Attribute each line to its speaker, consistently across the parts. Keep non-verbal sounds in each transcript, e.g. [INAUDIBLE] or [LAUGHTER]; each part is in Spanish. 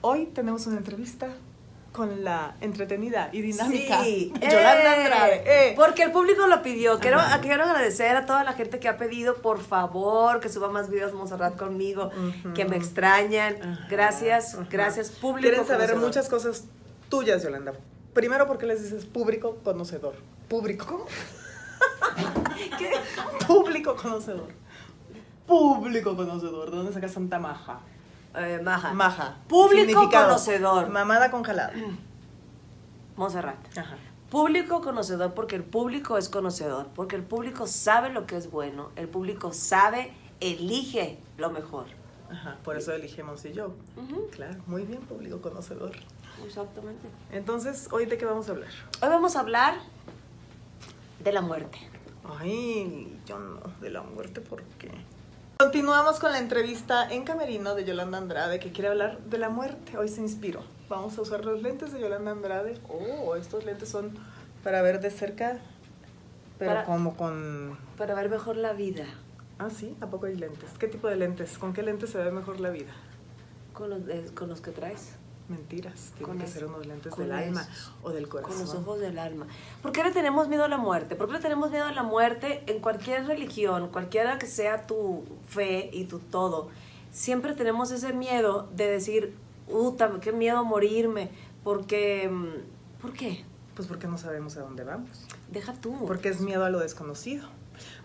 Speaker 1: Hoy tenemos una entrevista con la entretenida y dinámica
Speaker 2: Sí.
Speaker 1: [LAUGHS] Yolanda
Speaker 2: ¡Eh!
Speaker 1: Andrade. ¡Eh!
Speaker 2: Porque el público lo pidió. Quiero, ah, quiero agradecer a toda la gente que ha pedido, por favor, que suba más videos Monserrat conmigo,
Speaker 1: Ujú.
Speaker 2: que me extrañan.
Speaker 1: Ajá,
Speaker 2: Gracias,
Speaker 1: ajá.
Speaker 2: gracias, público.
Speaker 1: Quieren saber
Speaker 2: conocedor.
Speaker 1: muchas cosas tuyas, Yolanda. Primero, ¿por qué les dices público conocedor? Público. [LAUGHS]
Speaker 2: ¿Qué?
Speaker 1: Público conocedor. Público conocedor. ¿De dónde sacas Santa Maja?
Speaker 2: Eh, maja.
Speaker 1: Maja.
Speaker 2: Público
Speaker 1: Significado.
Speaker 2: conocedor.
Speaker 1: Mamada congelada.
Speaker 2: Monserrat.
Speaker 1: Ajá.
Speaker 2: Público conocedor porque el público es conocedor, porque el público sabe lo que es bueno, el público sabe, elige lo mejor.
Speaker 1: Ajá. Por eso elegimos y yo.
Speaker 2: Ujú,
Speaker 1: Claro, muy bien, público conocedor.
Speaker 2: Exactamente.
Speaker 1: Entonces, ¿hoy de qué vamos a hablar?
Speaker 2: Hoy vamos a hablar de la muerte.
Speaker 1: Ay, yo no, de la muerte, ¿por qué? Continuamos con la entrevista en Camerino de Yolanda Andrade, que quiere hablar de la muerte. Hoy se inspiró. Vamos a usar los lentes de Yolanda Andrade. Oh, estos lentes son para ver de cerca, pero
Speaker 2: Para-
Speaker 1: como con...
Speaker 2: Para ver mejor la vida.
Speaker 1: Ah, sí, ¿a poco hay lentes? ¿Qué tipo de lentes? ¿Con qué lentes se ve mejor la vida?
Speaker 2: Con los, eh, con los que traes.
Speaker 1: Mentiras, tienen
Speaker 2: Con
Speaker 1: que
Speaker 2: eso,
Speaker 1: ser unos lentes
Speaker 2: con
Speaker 1: del alma
Speaker 2: esos,
Speaker 1: o del
Speaker 2: Con
Speaker 1: corazón.
Speaker 2: los ojos del alma. ¿Por qué le tenemos miedo a la muerte? ¿Por qué le tenemos miedo a la muerte en cualquier religión, cualquiera que sea tu fe y tu todo? Siempre tenemos ese miedo de decir, puta, qué miedo morirme, porque... mm, ¿Por qué?
Speaker 1: Pues porque no sabemos a dónde vamos.
Speaker 2: Deja tú.
Speaker 1: Porque es miedo a lo desconocido.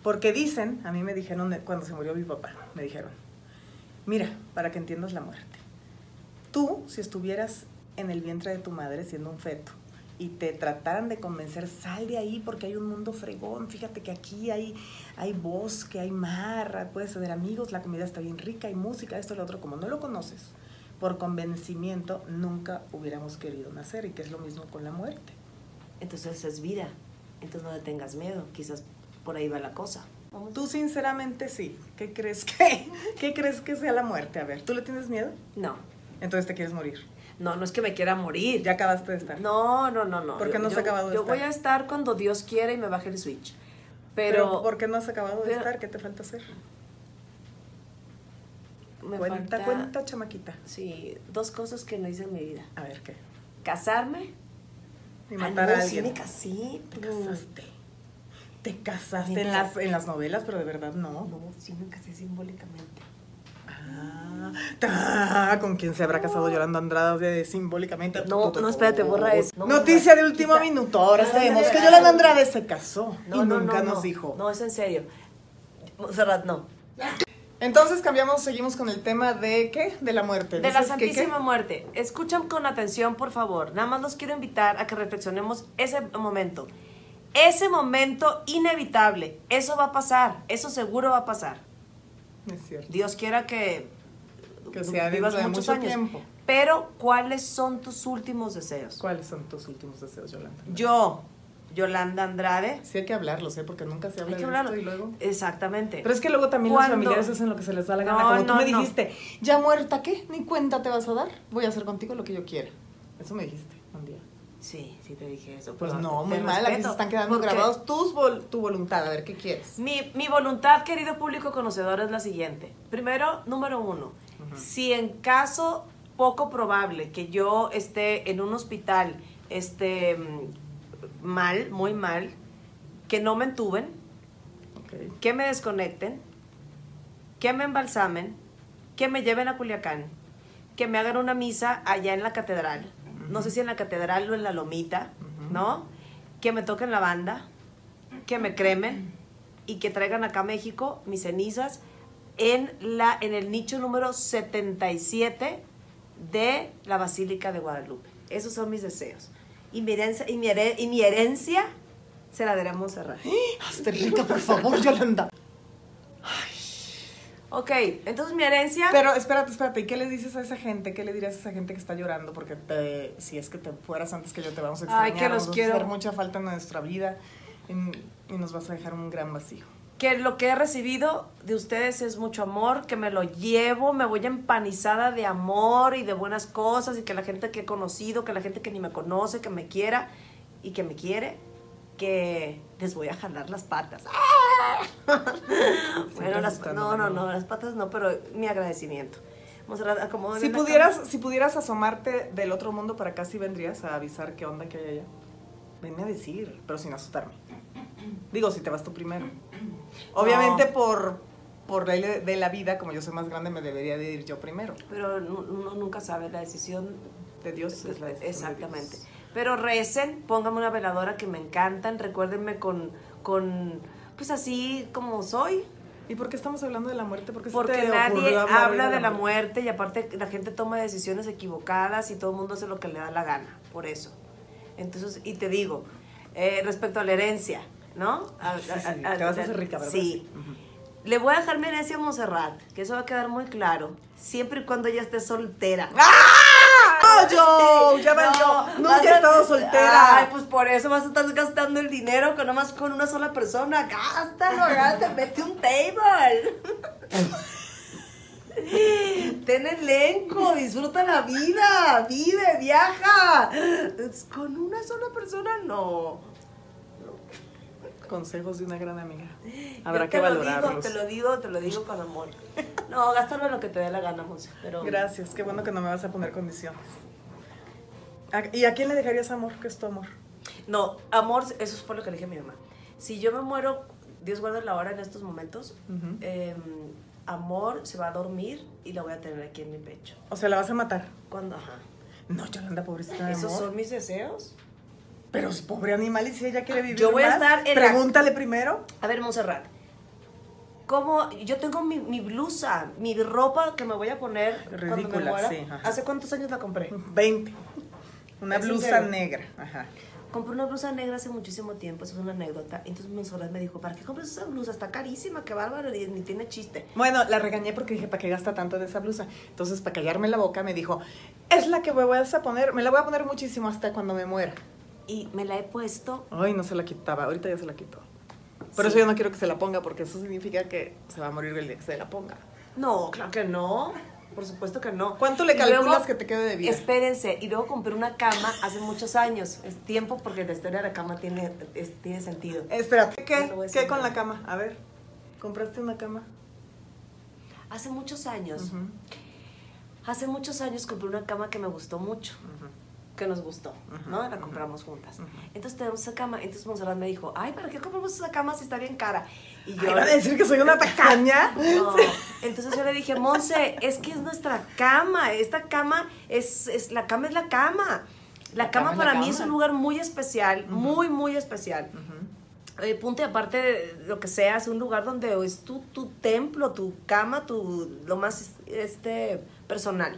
Speaker 1: Porque dicen, a mí me dijeron de- cuando se murió mi papá, me dijeron, mira, para que entiendas la muerte, tú si estuvieras en el vientre de tu madre siendo un feto y te trataran de convencer, sal de ahí porque hay un mundo fregón, fíjate que aquí hay, hay bosque, hay mar, puedes tener amigos, la comida está bien rica, hay música, esto, lo otro, como no lo conoces, por convencimiento nunca hubiéramos querido nacer y que es lo mismo con la muerte.
Speaker 2: Entonces es vida. Entonces no le tengas miedo. Quizás por ahí va la cosa.
Speaker 1: Tú sinceramente sí. ¿Qué crees que, [LAUGHS] qué crees que sea la muerte? A ver, ¿tú le tienes miedo?
Speaker 2: No.
Speaker 1: Entonces te quieres morir.
Speaker 2: No, no es que me quiera morir.
Speaker 1: Ya acabaste de estar.
Speaker 2: No, no, no, no.
Speaker 1: ¿Por qué
Speaker 2: Yo-
Speaker 1: no se
Speaker 2: yo-
Speaker 1: ha acabado de
Speaker 2: Yo
Speaker 1: estar?
Speaker 2: voy a estar cuando Dios quiera y me baje el switch.
Speaker 1: pero,
Speaker 2: Pero,
Speaker 1: ¿por qué no has acabado de
Speaker 2: pero-
Speaker 1: estar? ¿Qué te falta hacer?
Speaker 2: me
Speaker 1: cuenta,
Speaker 2: falta-
Speaker 1: cuenta, chamaquita.
Speaker 2: Sí, dos cosas que no hice en mi vida.
Speaker 1: A ver, ¿qué?
Speaker 2: Casarme.
Speaker 1: Y
Speaker 2: Ah,
Speaker 1: matar
Speaker 2: no,
Speaker 1: a
Speaker 2: sí
Speaker 1: alguien.
Speaker 2: me casé.
Speaker 1: Te
Speaker 2: pero-
Speaker 1: casaste. Te casaste
Speaker 2: Me
Speaker 1: en las,
Speaker 2: casé.
Speaker 1: en las novelas, pero de verdad no.
Speaker 2: No, sí me casé simbólicamente.
Speaker 1: Ah, ta, ¿Con quién se habrá casado Yolanda Andrade de- simbólicamente?
Speaker 2: No, no, espérate, borra eso. No,
Speaker 1: Noticia
Speaker 2: borra.
Speaker 1: de último
Speaker 2: Quita.
Speaker 1: minuto. Ahora
Speaker 2: No, no,
Speaker 1: sabemos
Speaker 2: no,
Speaker 1: que
Speaker 2: no,
Speaker 1: Yolanda
Speaker 2: no.
Speaker 1: Andrade se casó
Speaker 2: No,
Speaker 1: y
Speaker 2: no,
Speaker 1: nunca
Speaker 2: no,
Speaker 1: nos
Speaker 2: no.
Speaker 1: dijo.
Speaker 2: No, es en serio. Monserrat, no.
Speaker 1: Entonces cambiamos, seguimos con el tema de qué? De la muerte.
Speaker 2: De la
Speaker 1: Dices que qué.
Speaker 2: Santísima Muerte. Escuchan con atención, por favor. Nada más los quiero invitar a que reflexionemos ese momento. Ese momento inevitable. Eso va a pasar. Eso seguro va a pasar.
Speaker 1: Es cierto.
Speaker 2: Dios quiera que,
Speaker 1: Que sea dentro de mucho tiempo.
Speaker 2: Pero, ¿cuáles son tus últimos deseos?
Speaker 1: ¿Cuáles son tus últimos deseos, Yolanda?
Speaker 2: Yo, Yolanda Andrade.
Speaker 1: Sí hay que hablarlos, ¿eh? Porque nunca se habla
Speaker 2: Hay que
Speaker 1: de
Speaker 2: hablarlo.
Speaker 1: esto y luego...
Speaker 2: Exactamente.
Speaker 1: Pero es que luego también
Speaker 2: ¿Cuándo?
Speaker 1: los familiares hacen lo que se les da la gana.
Speaker 2: No,
Speaker 1: Como tú
Speaker 2: no,
Speaker 1: me
Speaker 2: no.
Speaker 1: dijiste, ya muerta, ¿qué? Ni cuenta te vas a dar. Voy a hacer contigo lo que yo quiera. Eso me dijiste un día.
Speaker 2: Sí, sí te dije eso.
Speaker 1: Pues
Speaker 2: pero
Speaker 1: no,
Speaker 2: te
Speaker 1: muy mal. Aquí
Speaker 2: respeto,
Speaker 1: se están quedando
Speaker 2: porque
Speaker 1: grabados tus vol- tu voluntad. A ver, ¿qué
Speaker 2: [LAUGHS]
Speaker 1: quieres?
Speaker 2: Mi, mi voluntad, querido público conocedor, es la siguiente. Primero, número uno, si en caso poco probable que yo esté en un hospital este, mm, mal, muy mal, que no me entuben,
Speaker 1: Ok.
Speaker 2: que me desconecten, que me embalsamen, que me lleven a Culiacán, que me hagan una misa allá en la catedral, no sé si en la catedral o en la lomita,
Speaker 1: Ujú.
Speaker 2: ¿no? Que me toquen la banda, que me cremen y que traigan acá a México mis cenizas en, la, en el nicho número 77 de la Basílica de Guadalupe. Esos son mis deseos. Y mi herencia, y mi here- y mi herencia se la daremos a Monserrat.
Speaker 1: Hazte rica, por favor, [LAUGHS] Yolanda.
Speaker 2: Ok, entonces mi herencia...
Speaker 1: Pero espérate, espérate, ¿y qué le dices a esa gente? ¿Qué le dirías a esa gente que está llorando? Porque te, si es que te fueras antes que yo te vamos a extrañar,
Speaker 2: Ay, que los
Speaker 1: nos vas
Speaker 2: quiero.
Speaker 1: a hacer mucha falta en nuestra vida y, y nos vas a dejar un gran vacío.
Speaker 2: que lo que he recibido de ustedes es mucho amor, que me lo llevo, me voy empanizada de amor y de buenas cosas y que la gente que he conocido, que la gente que ni me conoce, que me quiera y que me quiere, que les voy a jalar las patas. ¡Ah!
Speaker 1: Sí,
Speaker 2: bueno, las,
Speaker 1: asustando,
Speaker 2: Ah, no, no,
Speaker 1: ¿no?
Speaker 2: no, las patas no, pero mi agradecimiento. Monserrat, acomoda
Speaker 1: Si
Speaker 2: bien la
Speaker 1: pudieras,
Speaker 2: cama.
Speaker 1: si pudieras asomarte del otro mundo para acá, sí vendrías a avisar qué onda que hay allá. Venme a decir, pero sin asustarme. Digo, si te vas tú primero. Obviamente por, por ley de de la vida, como yo soy más grande, me debería de ir yo primero.
Speaker 2: Pero nu- uno nunca sabe la decisión
Speaker 1: De Dios es la decisión de Dios.
Speaker 2: Exactamente. Pero recen, pónganme una veladora que me encantan, recuérdenme con, con pues así como soy,
Speaker 1: ¿Y por qué estamos hablando de la muerte? ¿Por qué se
Speaker 2: porque
Speaker 1: te
Speaker 2: nadie
Speaker 1: ocurrió Ah, hablar hoy
Speaker 2: habla de la muerte y aparte la gente toma decisiones equivocadas y todo el mundo hace lo que le da la gana, por eso. Entonces, y te digo, eh, respecto a la herencia, ¿no? A-
Speaker 1: Sí,
Speaker 2: a-
Speaker 1: sí,
Speaker 2: a-
Speaker 1: te vas a
Speaker 2: a-
Speaker 1: hacer rica, ¿verdad?
Speaker 2: Sí. Le voy a dejar mi herencia a Montserrat, que eso va a quedar muy claro, siempre y cuando ella esté soltera.
Speaker 1: ¡Ah!
Speaker 2: [LAUGHS]
Speaker 1: ¡No, yo! ¡Ya valió!
Speaker 2: vas
Speaker 1: ¡Nunca he
Speaker 2: a-
Speaker 1: estado soltera!
Speaker 2: Ay, pues por eso vas a estar gastando el dinero con nomás con una sola
Speaker 1: [LAUGHS]
Speaker 2: persona. Gástalo, gástalo, vete un table. pues. Ten elenco, disfruta la vida, vive, viaja. Es Con una sola persona no.
Speaker 1: Consejos de una gran amiga.
Speaker 2: Yo
Speaker 1: Habrá que
Speaker 2: te lo
Speaker 1: valorarlos.
Speaker 2: Digo, te lo digo, te lo digo con amor. [LAUGHS] No, gástalo en lo que te dé la gana, Monse. Pero
Speaker 1: Gracias, qué bueno que no me vas a poner condiciones. ¿A- ¿Y a quién le dejarías amor? ¿Qué es tu amor?
Speaker 2: No, amor, eso fue lo que le dije a mi mamá. Si yo me muero, Dios guarde la hora en estos momentos,
Speaker 1: Ujú.
Speaker 2: eh, amor se va a dormir y la voy a tener aquí en mi pecho.
Speaker 1: O sea, la vas a matar.
Speaker 2: Cuando, ajá.
Speaker 1: No, Yolanda, pobrecita de
Speaker 2: Esos
Speaker 1: amor.
Speaker 2: son mis deseos.
Speaker 1: Pero es pobre animal y si ella quiere vivir
Speaker 2: Yo voy a
Speaker 1: más,
Speaker 2: estar en la-
Speaker 1: Pregúntale primero.
Speaker 2: A ver, Montserrat, ¿cómo? Yo tengo mi, mi blusa, mi ropa que me voy a poner cuando me
Speaker 1: Ridícula,
Speaker 2: muera.
Speaker 1: sí, ajá.
Speaker 2: ¿Hace cuántos años la compré?
Speaker 1: 20. Una
Speaker 2: Es
Speaker 1: blusa
Speaker 2: sincero.
Speaker 1: negra. Ajá.
Speaker 2: Compré una blusa negra hace muchísimo tiempo, eso es una anécdota. Entonces Monserrat me dijo, ¿para qué compras esa blusa? Está carísima, qué bárbaro, ni ni tiene chiste.
Speaker 1: Bueno, la regañé porque dije, ¿para qué gasta tanto en esa blusa? Entonces, para callarme la boca, me dijo, es la que me voy a poner, me la voy a poner muchísimo hasta cuando me muera.
Speaker 2: Y me la he puesto
Speaker 1: Ay, no se la quitaba, ahorita ya se la quitó. Por
Speaker 2: Sí.
Speaker 1: eso yo no quiero que se la ponga, porque eso significa que se va a morir el día que se la ponga.
Speaker 2: No, claro que no. Por supuesto que no.
Speaker 1: ¿Cuánto le
Speaker 2: Y
Speaker 1: calculas
Speaker 2: luego-
Speaker 1: que te quede de vida?
Speaker 2: Espérense, y luego compré una cama hace muchos años. Es tiempo porque la historia de la cama tiene, es- tiene sentido.
Speaker 1: Espérate,
Speaker 2: No
Speaker 1: ¿qué?
Speaker 2: lo voy a decir
Speaker 1: ¿Qué con
Speaker 2: nada.
Speaker 1: la cama? A ver, ¿compraste una cama?
Speaker 2: Hace muchos años,
Speaker 1: Ujú,
Speaker 2: hace muchos años compré una cama que me gustó mucho,
Speaker 1: ujú.
Speaker 2: que nos gustó,
Speaker 1: Ujú,
Speaker 2: ¿no? La
Speaker 1: ujú.
Speaker 2: compramos juntas.
Speaker 1: Ujú.
Speaker 2: Entonces tenemos esa cama. Entonces Monserrat me dijo, ay, ¿para qué compramos esa cama si está bien cara? Y
Speaker 1: Ay, ¿van a decir que soy una
Speaker 2: [LAUGHS]
Speaker 1: tacaña?
Speaker 2: No. Entonces yo le dije, Monse, es que es nuestra cama. Esta cama es, es- la cama es la cama. La,
Speaker 1: La cama
Speaker 2: cama,
Speaker 1: es la
Speaker 2: para mí
Speaker 1: cama.
Speaker 2: es un lugar muy especial, muy, muy especial.
Speaker 1: Ujú.
Speaker 2: Eh, punto y aparte, de lo que sea, es un lugar donde es tu, tu templo, tu cama, tu, lo más este, personal.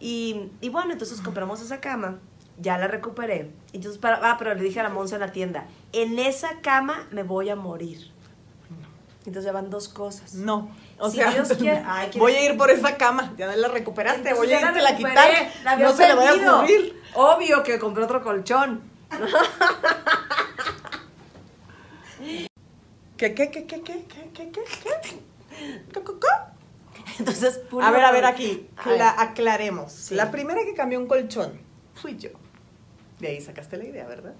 Speaker 2: Y, y bueno, entonces compramos esa cama, ya la recuperé. Entonces, para, ah, pero le dije a la Monse en la tienda, en esa cama me voy a morir. Entonces ya van dos cosas.
Speaker 1: No, o
Speaker 2: Si
Speaker 1: sea, [LAUGHS]
Speaker 2: Dios quiere- ay, ¿quieres-
Speaker 1: voy a ir por esa cama, ya la recuperaste,
Speaker 2: Entonces pues,
Speaker 1: voy a
Speaker 2: ya
Speaker 1: irte la
Speaker 2: recuperé,
Speaker 1: quitar,
Speaker 2: la había
Speaker 1: no se le vaya
Speaker 2: perdido.
Speaker 1: a ocurrir.
Speaker 2: Obvio que compré otro colchón.
Speaker 1: ¿Qué, qué, qué, qué, qué, qué, qué, qué, qué? ¿Qué, qué, qué?
Speaker 2: [LAUGHS] Entonces,
Speaker 1: A ver, a ver aquí,
Speaker 2: Ay,
Speaker 1: la aclaremos.
Speaker 2: Sí.
Speaker 1: La primera que cambió un colchón fui yo. De ahí sacaste la idea, ¿verdad?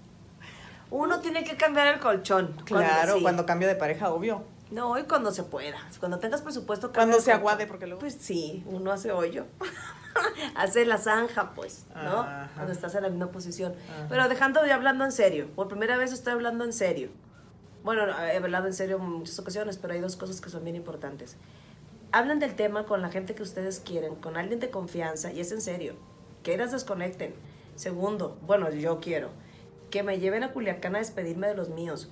Speaker 2: Uno tiene que cambiar el colchón.
Speaker 1: Claro, cuando,
Speaker 2: sí.
Speaker 1: cambio de pareja, obvio.
Speaker 2: No, y cuando se pueda. Cuando tengas presupuesto. cambia
Speaker 1: Cuando
Speaker 2: el
Speaker 1: se
Speaker 2: colchón.
Speaker 1: aguade, porque luego...
Speaker 2: Pues sí, uno hace hoyo. [LAUGHS] hace la zanja, pues, ¿no?
Speaker 1: Ajá.
Speaker 2: Cuando estás en la misma posición.
Speaker 1: Ajá.
Speaker 2: Pero dejando de hablando en serio. Por primera vez estoy hablando en serio. Bueno, he hablado en serio en muchas ocasiones, pero hay dos cosas que son bien importantes. Hablen del tema con la gente que ustedes quieren, con alguien de confianza, y es en serio. Que las desconecten. Segundo, bueno, yo quiero. Que me lleven a Culiacán a despedirme de los míos.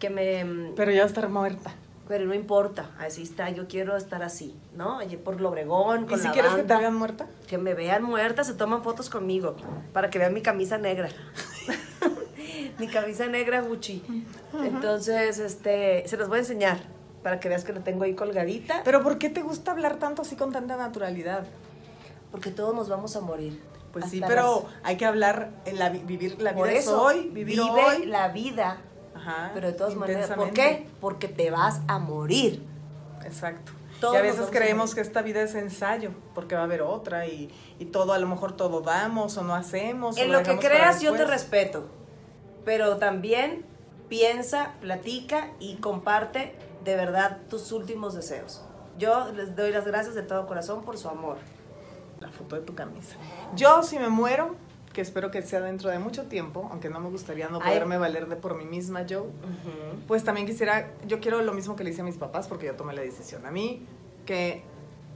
Speaker 2: Que me... mm,
Speaker 1: Pero ya va a estar muerta.
Speaker 2: pero no importa, así está, yo quiero estar así, ¿no? Allí por Lobregón,
Speaker 1: ¿Y
Speaker 2: con
Speaker 1: si
Speaker 2: la
Speaker 1: quieres que te
Speaker 2: banda.
Speaker 1: hagan muerta?
Speaker 2: Que me vean muerta, se toman fotos conmigo para que vean mi camisa
Speaker 1: [LAUGHS]
Speaker 2: negra. mi camisa negra Gucci. Entonces, este, se las voy a enseñar para que veas que la tengo ahí colgadita,
Speaker 1: Pero ¿por qué te gusta hablar tanto así con tanta naturalidad?
Speaker 2: porque todos nos vamos a morir.
Speaker 1: Pues sí,
Speaker 2: Hasta
Speaker 1: pero
Speaker 2: las-
Speaker 1: hay que hablar, en la, vi- vivir la
Speaker 2: por
Speaker 1: vida es
Speaker 2: eso
Speaker 1: hoy, vivir
Speaker 2: vive
Speaker 1: hoy.
Speaker 2: la vida,
Speaker 1: Ajá,
Speaker 2: pero de todas maneras, ¿por qué?
Speaker 1: intensamente.
Speaker 2: Porque te vas a morir.
Speaker 1: Exacto.
Speaker 2: Todos
Speaker 1: y a
Speaker 2: nos
Speaker 1: veces
Speaker 2: vamos a
Speaker 1: creemos
Speaker 2: morir.
Speaker 1: que esta vida es ensayo, porque va a haber otra y, y todo, a lo mejor todo damos o no hacemos. o
Speaker 2: En lo que
Speaker 1: dejamos para
Speaker 2: creas yo te
Speaker 1: después.
Speaker 2: respeto, pero también piensa, platica y comparte de verdad tus últimos deseos. Yo les doy las gracias de todo corazón por su amor.
Speaker 1: La foto de tu camisa. Yo, si me muero, que espero que sea dentro de mucho tiempo, aunque no me gustaría no
Speaker 2: Ay.
Speaker 1: poderme valer de por mí misma, yo, pues también quisiera, yo quiero lo mismo que le hice a mis papás, porque yo tomé la decisión. A mí, que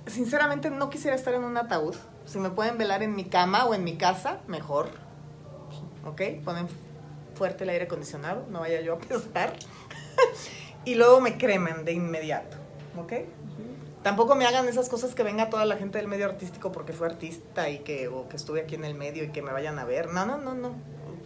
Speaker 1: sinceramente no quisiera estar en un ataúd. Si me pueden velar en mi cama o en mi casa, mejor. ¿Ok? Ponen fuerte el aire acondicionado, no vaya yo a apestar. [LAUGHS] y luego me cremen de inmediato. ¿Ok? Tampoco me hagan esas cosas que venga toda la gente del medio artístico porque fue artista y que, o que estuve aquí en el medio y que me vayan a ver. No, no, no, no.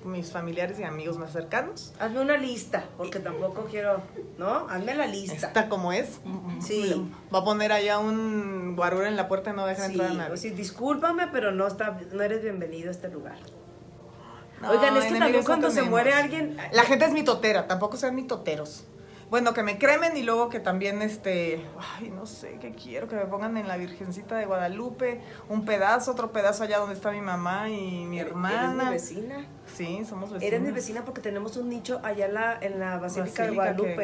Speaker 1: Mis familiares y amigos más cercanos.
Speaker 2: Hazme una lista, porque tampoco quiero, ¿no? Hazme la lista.
Speaker 1: Está como es.
Speaker 2: Sí.
Speaker 1: Va a poner allá un guarura en la puerta y no va a dejar
Speaker 2: Sí,
Speaker 1: entrar a nadie.
Speaker 2: o sea, discúlpame, pero no, está, no eres bienvenido a este lugar.
Speaker 1: No,
Speaker 2: Oigan, es que también
Speaker 1: enemigos no
Speaker 2: cuando se
Speaker 1: tenemos.
Speaker 2: muere alguien... eh,
Speaker 1: La gente es mitotera, tampoco sean mitoteros. Bueno, que me cremen y luego que también, este, ay, no sé, qué quiero, que me pongan en la Virgencita de Guadalupe, un pedazo, otro pedazo allá donde está mi mamá y mi
Speaker 2: Eres mi
Speaker 1: hermana.
Speaker 2: vecina.
Speaker 1: Sí, somos vecinos.
Speaker 2: Eres mi vecina porque tenemos un nicho allá en la, en la Basílica, de
Speaker 1: Basílica que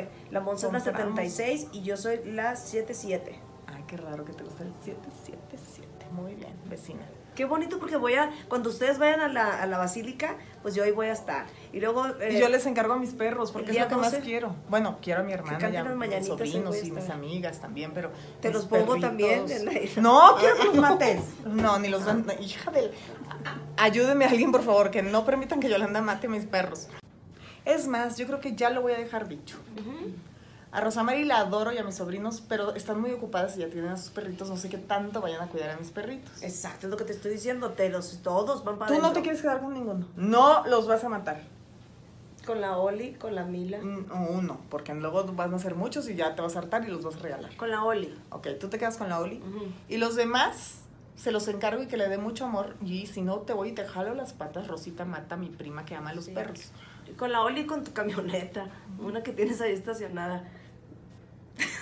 Speaker 2: Guadalupe. La Monza es la
Speaker 1: compramos.
Speaker 2: 76 y yo soy la 77.
Speaker 1: Ay, qué raro que te gusta el 777. Muy bien, vecina.
Speaker 2: Qué bonito porque voy a, cuando ustedes vayan a la, a la Basílica, pues yo ahí voy a estar. Y luego...
Speaker 1: y
Speaker 2: eh,
Speaker 1: yo les encargo a mis perros porque es
Speaker 2: el día
Speaker 1: lo que más
Speaker 2: 12.
Speaker 1: quiero. Bueno, quiero a mi hermana y
Speaker 2: canten
Speaker 1: a
Speaker 2: las
Speaker 1: mis
Speaker 2: mañanitas, ahí
Speaker 1: sobrinos
Speaker 2: voy a
Speaker 1: y mis
Speaker 2: estar.
Speaker 1: amigas también, pero
Speaker 2: Te
Speaker 1: mis
Speaker 2: los pongo también en
Speaker 1: [LAUGHS]
Speaker 2: la- Ah.
Speaker 1: No, quiero que los mates. No, ni los van- no, hija del Ayúdeme a alguien, por favor, que no permitan que Yolanda mate a mis perros. Es más, yo creo que ya lo voy a dejar dicho. A Rosamari la adoro y a mis sobrinos, pero están muy ocupadas y ya tienen a sus perritos. No sé qué tanto vayan a cuidar a mis perritos.
Speaker 2: Exacto, es lo que te estoy diciendo. Te los, todos van para
Speaker 1: Tú no
Speaker 2: adentro.
Speaker 1: te quieres quedar con ninguno. No los vas a matar.
Speaker 2: Con la Oli, con la Mila.
Speaker 1: Mm, o Uno, porque luego van a ser muchos y ya te vas a hartar y los vas a regalar.
Speaker 2: Con la Oli.
Speaker 1: Ok, tú te quedas con la Oli. Y los demás se los encargo y que le dé mucho amor. Y si no, te voy y te jalo las patas. Rosita mata a mi prima que ama a los
Speaker 2: Sí.
Speaker 1: perros.
Speaker 2: Con la Oli y con tu camioneta, una que tienes ahí estacionada. [LAUGHS]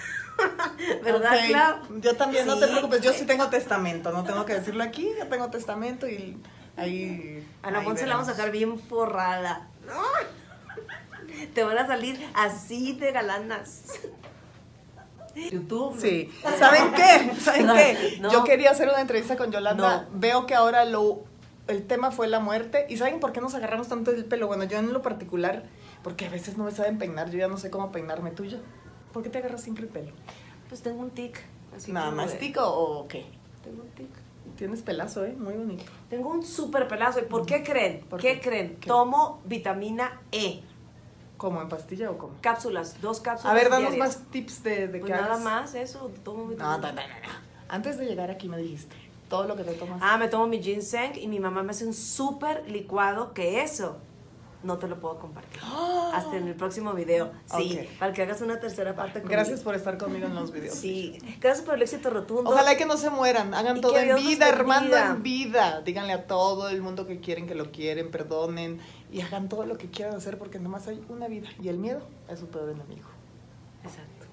Speaker 2: ¿Verdad,
Speaker 1: Ok,
Speaker 2: Clau?
Speaker 1: Yo también, no te
Speaker 2: Sí.
Speaker 1: preocupes. Yo sí tengo testamento. No tengo que decirlo aquí. Yo tengo testamento y ahí.
Speaker 2: A la
Speaker 1: ahí
Speaker 2: Monse la vamos a
Speaker 1: veremos.
Speaker 2: sacar bien forrada. ¡No! Te van a salir así de galanas. YouTube.
Speaker 1: Sí. ¿Saben qué? ¿Saben qué?
Speaker 2: [LAUGHS] No.
Speaker 1: Yo quería hacer una entrevista con Yolanda.
Speaker 2: No.
Speaker 1: Veo que ahora lo el tema fue la muerte. ¿Y saben por qué nos agarramos tanto del pelo? Bueno, yo en lo particular, porque a veces no me saben peinar, yo ya no sé cómo peinarme tuyo. ¿Por qué te agarras siempre el pelo?
Speaker 2: Pues tengo un tic. Así
Speaker 1: ¿Nada
Speaker 2: como de-
Speaker 1: más tico o qué?
Speaker 2: Tengo un tic.
Speaker 1: Tienes pelazo, ¿eh? Muy bonito.
Speaker 2: Tengo un súper pelazo. ¿Y por qué creen?
Speaker 1: Mm. ¿Por
Speaker 2: qué,
Speaker 1: qué?
Speaker 2: creen?
Speaker 1: ¿Qué?
Speaker 2: Tomo vitamina E.
Speaker 1: ¿Como en pastilla o cómo?
Speaker 2: Cápsulas, dos cápsulas.
Speaker 1: A ver, danos
Speaker 2: diarias.
Speaker 1: más tips de, de
Speaker 2: Pues
Speaker 1: qué
Speaker 2: nada
Speaker 1: hagas.
Speaker 2: más, eso. Tomo
Speaker 1: No,
Speaker 2: vitamina E.
Speaker 1: no, no, no, no. Antes de llegar aquí me dijiste todo lo que te tomas.
Speaker 2: Ah, me tomo mi ginseng y mi mamá me hace un súper licuado que eso no te lo puedo compartir. Ah, Hasta en el próximo video. Sí,
Speaker 1: Ok.
Speaker 2: para que hagas una tercera parte conmigo.
Speaker 1: Gracias por estar conmigo en los videos.
Speaker 2: Sí, gracias por el éxito rotundo.
Speaker 1: Ojalá que no se mueran, hagan
Speaker 2: Y
Speaker 1: todo
Speaker 2: que
Speaker 1: en
Speaker 2: Dios los
Speaker 1: vida, hermano,
Speaker 2: bendiga.
Speaker 1: en vida. Díganle a todo el mundo que quieren, que lo quieren, perdonen y hagan todo lo que quieran hacer porque nomás hay una vida. Y el miedo es su peor enemigo.
Speaker 2: Exacto.